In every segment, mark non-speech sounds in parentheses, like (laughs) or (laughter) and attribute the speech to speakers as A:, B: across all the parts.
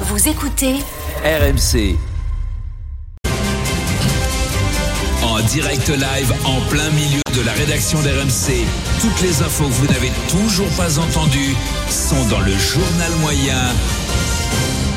A: Vous écoutez euh,
B: Ah,
C: RMC. En direct live, en plein milieu de la rédaction d'RMC, toutes les infos que vous n'avez toujours pas entendues sont dans le journal moyen.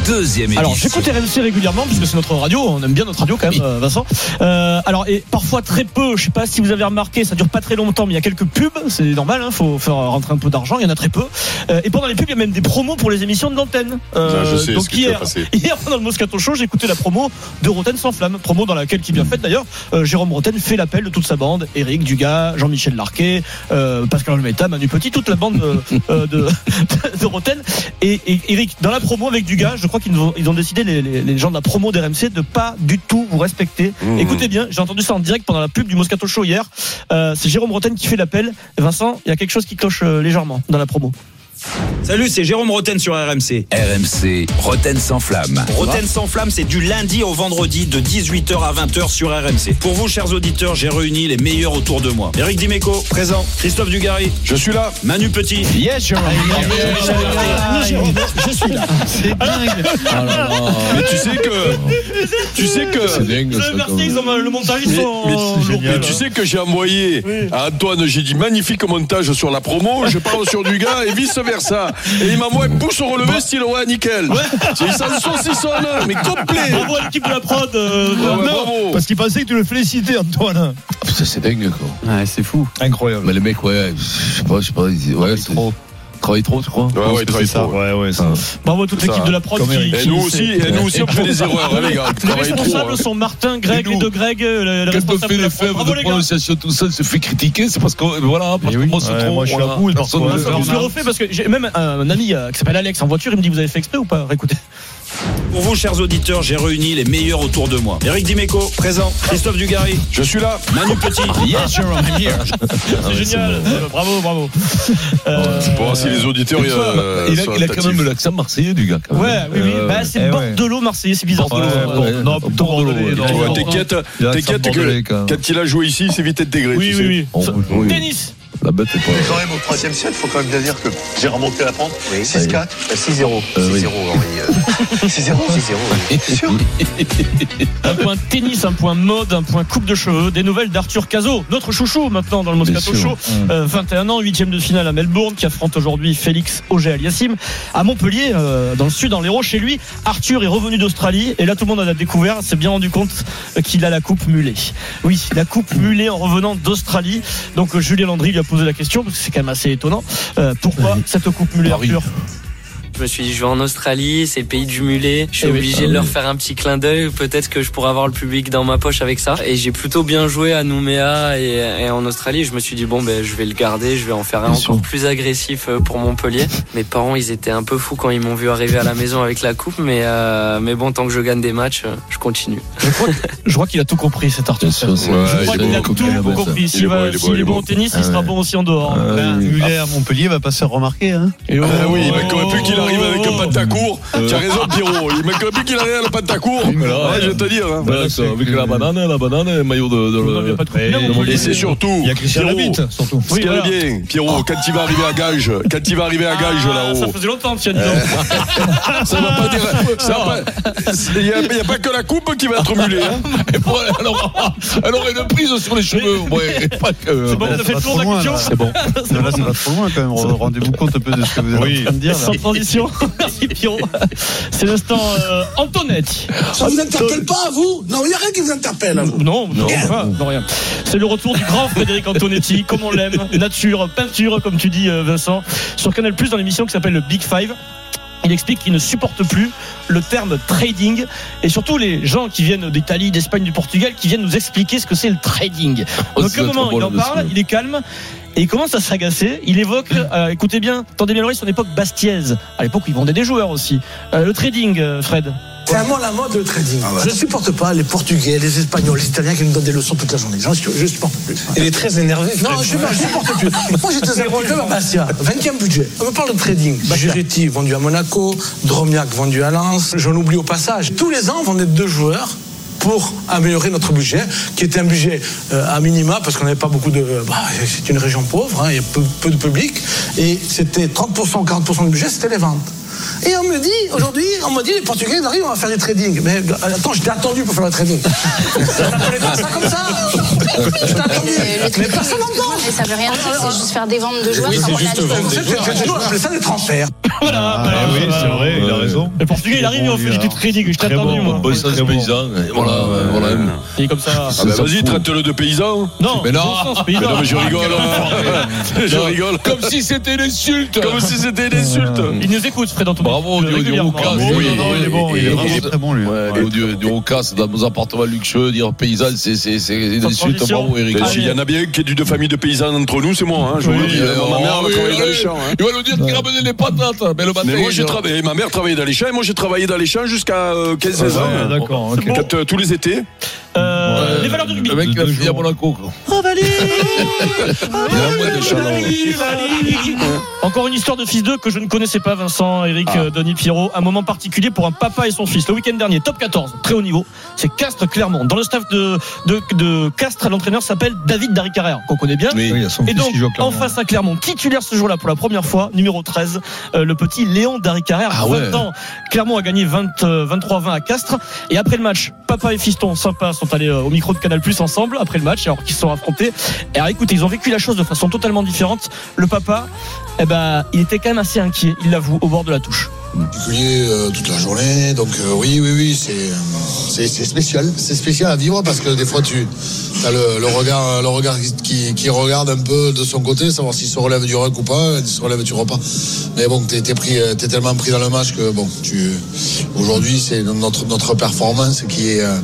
C: Deuxième édition.
D: Alors, j'écoute RMC régulièrement puisque c'est notre radio. On aime bien notre radio quand même, euh, Vincent. Euh, alors, et parfois très peu. Je sais pas si vous avez remarqué, ça dure pas très longtemps, mais il y a quelques pubs. C'est normal, hein, faut faire rentrer un peu d'argent. Il y en a très peu. Euh, et pendant les pubs, il y a même des promos pour les émissions de l'antenne. Euh,
E: Ça, je sais
D: donc
E: ce que tu as
D: hier,
E: passé.
D: (laughs) hier pendant le Moscato Show, j'ai écouté la promo de Roten sans flamme, promo dans laquelle qui est bien faite d'ailleurs. euh, Jérôme Roten fait l'appel de toute sa bande. Eric Dugas, Jean-Michel Larquet, euh, Pascal Olmeta, Manu Petit, toute la bande euh,
E: (laughs)
D: euh, de, de Roten. Et, et Eric, dans la promo avec Dugas, je crois qu'ils nous ont, ils ont décidé, les, les- les gens de la promo d'RMC, de pas du tout vous respecter.
E: Mmh.
D: Écoutez bien, j'ai entendu ça en direct pendant la pub du Moscato Show hier. Euh, c'est Jérôme Roten qui fait l'appel. Vincent, il y a quelque chose qui cloche euh, légèrement dans la promo.
F: Salut, c'est Jérôme Roten sur RMC.
C: RMC, Roten sans flamme.
F: Roten sans flamme, c'est du lundi au vendredi de 18h à 20h sur RMC. Pour vous, chers auditeurs, j'ai réuni les meilleurs autour de moi. Eric Dimeco, présent. Christophe Dugarry,
E: Je suis là.
F: Manu Petit.
G: Yes, Jérôme.
D: Ah, Je suis là.
G: C'est dingue.
E: Mais tu sais que. Tu sais
G: Ah. C'est
E: que.
G: dingue. ça, quand même.
D: ils ont le montage, ils
E: Mais,
D: sont.
E: mais-
D: lourds.
E: mais tu sais que j'ai envoyé à Antoine, j'ai dit magnifique montage sur la promo, je parle sur du gars et vice versa. Et il m'a envoyé pouce au
G: Bah.
E: relevé style ouais nickel. Ils sont saucissonne, mais complet.
D: Bravo à l'équipe de la prod. euh,
E: Ah ouais,
D: non.
E: bravo.
H: Parce qu'il pensait que tu le félicitais, Antoine.
G: Putain, Ah, c'est dingue, quoi.
H: Incroyable.
G: Mais les mecs, ouais, je sais pas, je sais pas. ils- Ouais, c'est-
H: trop.
G: Travaille trop, tu crois
E: Ouais, ouais, il travaille trop, ouais.
H: Ouais, ouais, ça.
D: Bravo à toute
E: C'est ça.
D: l'équipe de la prod.
H: Comme
D: Qui,
H: Eric.
E: Et
D: qui-
E: nous aussi, et nous aussi on fait des erreurs, hein, les gars.
D: les
E: Travaille trop.
D: responsables
E: hein.
D: sont Martin, Greg,
G: Et
D: les
G: nous.
D: deux Greg, euh, le le
G: Quand on
D: responsable
G: fait
D: de
G: des
D: la prod.
G: fèves
D: Bravo
G: de
D: les gars.
G: prononciation, tout ça, se fait critiquer, c'est parce qu'on voilà, parce
H: oui.
G: qu'on se
H: Ouais,
G: trompe.
H: moi, je suis
G: voilà.
H: à bout,
G: Personne
H: parfois.
G: ne
H: Ouais,
G: le
D: Je
G: fait.
D: le refais parce que j'ai même un, un ami euh, qui s'appelle Alex en voiture, il me dit vous avez fait exprès ou pas Écoutez.
F: Pour vous, chers auditeurs, j'ai réuni les meilleurs autour de moi. Eric Dimeco, présent. Christophe Dugarry,
E: Je suis là.
F: Manu Petit.
G: Yes, Jérôme, I'm here.
D: Ah C'est génial. Bravo, bravo.
E: Bon, si les auditeurs.
G: Il
E: euh,
G: a- il a,
E: sont
G: il a quand
E: attentifs.
G: même l'accent marseillais, du gars. quand même.
D: Ouais, oui, oui.
G: Euh,
D: Bah, c'est
H: eh ouais.
D: Bordelot, Marseillais, c'est bizarre.
G: Bordelot,
D: Ouais,
G: Bordelot.
D: bon,
H: non,
G: Bordelot,
H: plutôt Bordelais,
G: Bordelot.
H: non.
E: Ouais,
G: Ouais,
E: T'inquiète,
G: Il a l'accent
E: t'inquiète que
G: bordelais, quand même.
E: quand il a joué ici, c'est vite être dégré.
D: Oui,
E: tu sais.
D: oui, oui.
G: On- oui.
D: Tennis.
G: La bête est pas.
I: Mais quand même, au 3 siècle, il faut quand même bien dire que j'ai remonté la pente. 6-4. 6-0.
G: Euh, oui.
I: 6-0, Henri. euh, 6-0. 6-0. oui. Bien sûr.
D: Un point tennis, un point mode, un point coupe de cheveux. Des nouvelles d'Arthur Cazot, notre chouchou maintenant dans le Moscato
G: Bien
D: Show.
G: sûr.
D: Euh, 21 ans, huitième de finale à Melbourne, qui affronte aujourd'hui Félix Auger Aliassime. À Montpellier, euh, dans le sud, dans l'Hérault, chez lui, Arthur est revenu d'Australie. Et là, tout le monde a découvert, s'est bien rendu compte euh, qu'il a la coupe mulet. Oui, la coupe mulet en revenant d'Australie. Donc euh, Julien Landry lui a posé la question, parce que c'est quand même assez étonnant. Euh, pourquoi cette coupe mulet,
G: Paris.
D: Arthur
J: Je me suis dit, je vais en Australie, c'est le pays du mulet. Je suis
D: Eh oui.
J: obligé
G: Ah
J: de leur
G: oui.
J: faire un petit clin d'œil. Peut-être que je pourrais avoir le public dans ma poche avec ça. Et j'ai plutôt bien joué à Nouméa et, et en Australie. Je me suis dit, bon, ben, je vais le garder. Je vais en faire un
G: Bien
J: encore
G: sûr.
J: plus agressif euh, pour Montpellier. Mes parents, ils étaient un peu fous quand ils m'ont vu arriver à la maison avec la coupe. Mais, euh, mais bon, tant que je gagne des matchs, euh, je continue.
D: Je crois qu'il a tout compris, cet Arthur.
G: Bien sûr, c'est-
E: Ouais,
D: Je crois
E: Ah, il
D: qu'il a
E: est
D: tout
E: bon, Ah
D: compris.
E: Il
D: S'il
E: est bon,
D: va-
E: il est bon,
D: s'il
E: il
D: est
E: est
D: bon
E: bon.
D: au tennis, il sera bon aussi en dehors.
H: Euh,
D: Ben,
H: Muller à Montpellier va pas se faire remarquer. Hein.
E: Ah oui, mais quand
D: oh,
E: plus qu'il arrive avec
D: oh,
E: un pantacourt, tu as raison Pierrot, il m'a plus qu'il arrive avec un pantacourt,
G: Voilà.
E: ouais, je vais te dire. hein.
G: Voilà, ça, avec la banane, la banane, et le maillot de. de-
D: Non, il y a pas de coupe.
H: Et-
D: Non,
H: et
D: Montpellier,
E: Et c'est surtout,
H: Il y a Christian
E: Pierrot,
H: Labitte, surtout.
E: ce qui
D: voilà.
E: est bien, Pierrot, quand il va arriver à Gage, quand il va arriver à Gage
D: Ah, Ça
E: là-haut,
D: faisait longtemps, tiens,
E: Euh,
D: dis donc.
E: ça va pas dire. ça va pas- Il n'y a, il y a pas que la coupe qui va être mulée. hein.
G: Et pour- elle, aura, elle aurait une prise sur les cheveux. Ouais, et pas que.
D: C'est bon, on
H: là,
D: a
H: ça
D: fait le tour
H: va
D: de
H: trop
D: la
H: loin,
D: question.
H: là.
G: C'est bon.
D: C'est bon.
H: Là, ça va trop loin quand même. Rendez-vous compte un peu de ce que vous êtes en train de dire. là.
D: Sans transition, (laughs) merci Pierrot. C'est l'instant euh, Antonetti.
B: Ça vous interpelle pas à vous Non, il n'y a rien qui vous interpelle à vous.
D: Non, non, pas, non, rien. C'est le retour du grand Frédéric
G: (laughs)
D: Antonetti, comme on l'aime, nature, peinture, comme tu dis, euh, Vincent, sur Canal Plus dans l'émission qui s'appelle le Big Five. Il explique qu'il ne supporte plus le terme trading et surtout les gens qui viennent d'Italie, d'Espagne, du Portugal, qui viennent nous expliquer ce que c'est le trading.
G: Oh,
D: Donc
G: c'est
D: le moment,
G: notre
D: il en
G: problème,
D: parle,
G: monsieur.
D: il est calme et il commence à s'agacer. Il évoque, euh, écoutez bien, tendez bien l'oreille, son époque Bastiaise. À l'époque, il vendait des joueurs aussi. Euh, le trading, euh, Fred.
B: C'est à moi la mode le trading. Je ne supporte pas les Portugais, les Espagnols, les Italiens qui nous donnent des leçons toute la journée. J'en- Je ne supporte plus. Il est très énervé. Non, je ne supporte plus. Moi, j'étais un club à Bastia, 20e budget. On me parle de trading. Giretti, vendu à Monaco, Dromiak, vendu à Lens. J'en oublie au passage. Tous les ans, on vendait deux joueurs pour améliorer notre budget, qui était un budget euh, à minima, parce qu'on n'avait pas beaucoup de... bah, c'est une région pauvre, hein, il y a peu, peu de public, et c'était 30%, 40% de budget, c'était les ventes. Et on me dit, aujourd'hui, on me dit, les Portugais, Dari, on va faire du trading. Mais euh, attends, je t'ai attendu pour faire le trading. T'attendais pas ça comme ça Je t'ai attendu. Mais personne n'entend. Euh,
A: Mais ça veut rien dire, c'est juste faire des ventes de joueurs.
B: c'est
A: Enfin,
B: juste
A: la-
B: Vous savez, Nous, on appelait ça des transferts.
D: Voilà, voilà,
G: Ah, oui,
D: voilà.
G: c'est vrai, il a raison.
D: Le Portugais, il arrive et on fait du trading. Je t'ai
G: Très
D: attendu,
G: bon,
D: moi.
G: bon sens paysan. Et Voilà, voilà.
D: Il est comme ça.
E: Ah bah vas-y, traite-le de paysan.
D: Non,
G: Mais non.
D: bon sens, paysan.
E: Mais non, mais je rigole. hein. Je
G: Non,
E: rigole.
G: Comme si c'était une insulte.
E: Comme si c'était une insulte.
D: Il nous écoute, Fred, dans ton
G: Bravo, du, du
D: Euh, régulièrement.
G: Roucas.
D: Bravo.
G: Oui,
H: non, non, il est bon,
G: et-
H: il est
G: et-
H: vraiment très bon, lui.
G: Ouais,
H: Ouais.
G: Du, du Roucas dans nos appartements luxueux, dire paysan, c'est c'est- c'est une
D: Sans
G: insulte.
D: transition.
G: Bravo, Eric.
E: Mais s'il y en a bien qui est d'une famille de paysans entre nous, c'est moi. Hein, je vous le
G: Oui,
E: dis.
G: euh,
E: ma mère
G: ah
E: elle
G: oui,
E: travaillait dans les
G: oui.
E: champs. hein.
G: Il va nous dire qu'il ramène les patates. Mais le matin,
E: Mais moi,
G: il
E: j'ai
G: dort.
E: travaillé. Ma mère travaillait dans les champs et moi, j'ai travaillé dans les champs jusqu'à 15-16 ans.
H: Ouais, D'accord, ok.
E: Quand, euh, tous les étés.
D: Euh,
G: Ouais.
D: Les valeurs du rugby.
G: Le mec, il a
H: Deux
G: fini à
H: jours.
G: Monaco. quoi.
H: Oh,
E: Il a un mois de chaleur.
D: Encore une histoire de fils d'eux que je ne connaissais pas, Vincent,
G: Ah.
D: Eric, euh, Denis, Pierrot. Un moment particulier pour un papa et son fils. Le week-end dernier, top 14, très haut niveau. C'est Castres, Clermont. Dans le staff de, de, de Castres, l'entraîneur s'appelle David Dari Carrère, qu'on connaît bien.
H: Oui, il y a son
D: Et
H: fils
D: donc,
H: qui joue à
D: en
H: Clermont.
D: face à Clermont, titulaire ce jour-là pour la première fois, numéro 13, euh, le petit Léon Dari Carrère,
G: Ah
D: 20
G: ouais.
D: ans. Clermont a gagné 20, euh, 23-20 à Castres. Et après le match, papa et fiston sympa sont allés euh, au micro de Canal Plus ensemble, après le match, alors qu'ils se sont affrontés. Et alors écoutez, ils ont vécu la chose de façon totalement différente. Le papa, eh ben, il était quand même assez inquiet, il l'avoue, au bord de la touche.
K: particulier euh, toute la journée. Donc euh, oui, oui, oui, c'est, euh, c'est c'est spécial. C'est spécial à vivre parce que des fois tu as le, le regard, le regard qui, qui regarde un peu de son côté, savoir s'il se relève du ruck ou pas, s'il se relève du repas. Mais bon, t'es, t'es pris, euh, t'es tellement pris dans le match que bon, tu aujourd'hui c'est notre notre performance qui est euh,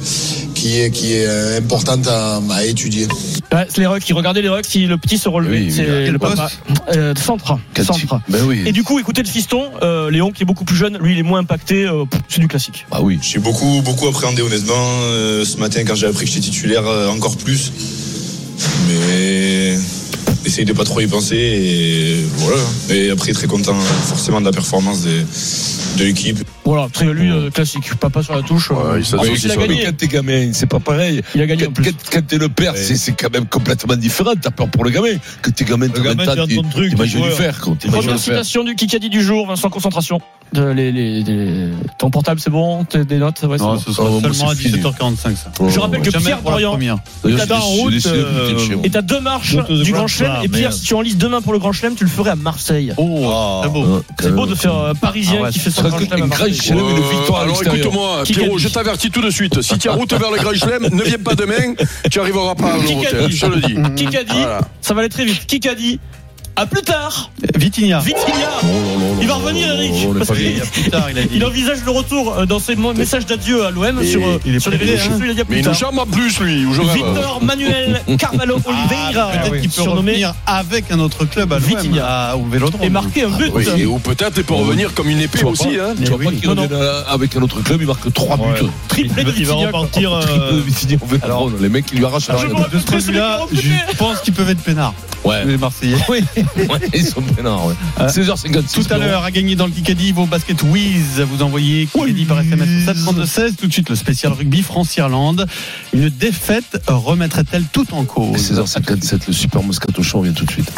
K: qui est qui est euh, importante à- à étudier.
D: Ouais, c'est les rucks, ils regardaient les rucks si le petit se relevait.
G: Oui,
D: c'est
G: mais
D: le
G: quel
D: papa. Euh, centre.
G: Quel
D: centre.
G: type. Ben
D: Et
G: oui.
D: du coup, écoutez le fiston, euh, Léon qui est beaucoup plus jeune, lui il est moins impacté, euh, pff, c'est du classique.
G: Ah oui.
K: J'ai beaucoup, beaucoup appréhendé honnêtement euh, ce matin quand j'ai appris que j'étais titulaire euh, encore plus. Mais essaye de pas trop y penser et voilà. Et après très content euh, forcément de la performance des- de l'équipe.
D: Voilà, très lui euh, classique, papa sur la touche. euh,
E: Ouais, il s'associe
D: ensuite, il a
E: sur le
D: gagné.
G: Mais quand t'es gamin, c'est pas pareil.
D: Il a gagné en
G: Quand,
D: plus.
G: quand- quand t'es le père, c'est c'est quand même complètement différent. T'as peur pour le gamin. Quand t'es gamin, t'as
H: gamin,
G: 20 ans,
H: t'as
G: tu-
H: ton truc,
G: t'imagines
H: tu
G: le
H: vois.
G: faire. quoi. T'imagines
D: Première
G: le faire.
D: citation du Kikadi du jour, Vincent Concentration. De les, les- les- Ton portable, c'est bon T'as Des notes ouais, c'est
H: Non,
D: bon.
H: ce
G: Oh,
H: sera
G: moi,
H: seulement à
G: c'est fini.
H: 17h45, ça.
D: Je rappelle que
H: Jamais
D: Pierre
H: pour la
D: Dorian
H: première.
G: D'ailleurs,
D: t'as
G: j'ai-
D: en
G: j'ai
D: route,
G: décidé de
H: euh,
G: quitter de chez moi.
D: Et t'as deux marches
H: Deux de
D: du
H: Grand
D: Grand Chelem.
H: Chelem,
D: Et Pierre,
H: merde.
D: si tu enlises demain pour le Grand Chelem, tu le ferais à Marseille.
H: Oh, très beau.
G: Ouais, quand
D: C'est beau
G: même.
D: de faire euh, Parisien
H: Ah ouais,
D: qui fait
G: C'est
D: son Grand Chelem à
G: un grand
D: Marseille.
G: chelem, une
E: Euh,
G: victoire à
E: alors
G: l'extérieur.
E: écoute-moi,
D: Qui
E: Pierrot,
D: gagne
E: je t'avertis tout de suite. Si tu as route vers le Grand Chelem, ne viens pas demain, tu arriveras pas à l'hôtel.
D: Kikadi.
E: Je le dis.
D: Kikadi,
E: Voilà.
D: ça va aller très vite. Kikadi, à plus tard
H: Vitinha.
D: Vitinha
G: Oh là là là
D: Il va
G: là
D: revenir,
G: là là
D: Eric,
G: là, on est
D: parce
G: pas
D: que-
G: bien.
H: Plus tard, il a dit.
D: Il envisage le retour euh, dans ses mo- messages d'adieu à l'OM sur, euh,
H: il est
D: sur les
H: pas-
D: réseaux sociaux. Il a dit à
E: Mais
D: plus
E: il nous
D: tard.
E: charme en plus, lui, ou je rêve.
D: Victor Manuel Carvalho Oliveira,
H: Peut-être qu'il peut
D: surnommé,
H: revenir avec un autre club à l'OM,
D: Vitinha.
H: à- au Vélodrome.
D: et marqué un but.
E: Oui, et ou peut-être il peut revenir comme une épée
G: Tu vois
E: aussi. Hein.
G: Tu vois pas
D: oui.
G: qu'il
D: Non, non.
G: revienne euh, avec un autre club, il marque 3
H: Ouais.
G: buts.
D: Triplé de
H: Il va
D: Vitinha, quoi.
H: repartir.
G: Triple Vitinha au Vélodrome.
H: alors-
G: les mecs, ils lui arrachent la
D: Je
G: raie.
D: vous rappelle
H: De ce
D: que c'est lui qui l'a
H: point de
D: recruté.
H: là je pense qu'ils peuvent être peinards,
G: Ouais.
H: les Marseillais.
G: Ouais, ils sont peinards, ouais.
H: Euh,
G: 16h56.
H: Tout à l'heure, à gagner dans le Kikadi, vos baskets Wiz. Vous envoyez Kikadi par SMS au 732-16. Tout de suite, le spécial rugby France-Irlande. Une défaite remettrait-elle tout en cause
G: 16h57, le super Moscato Show, on vient tout de suite.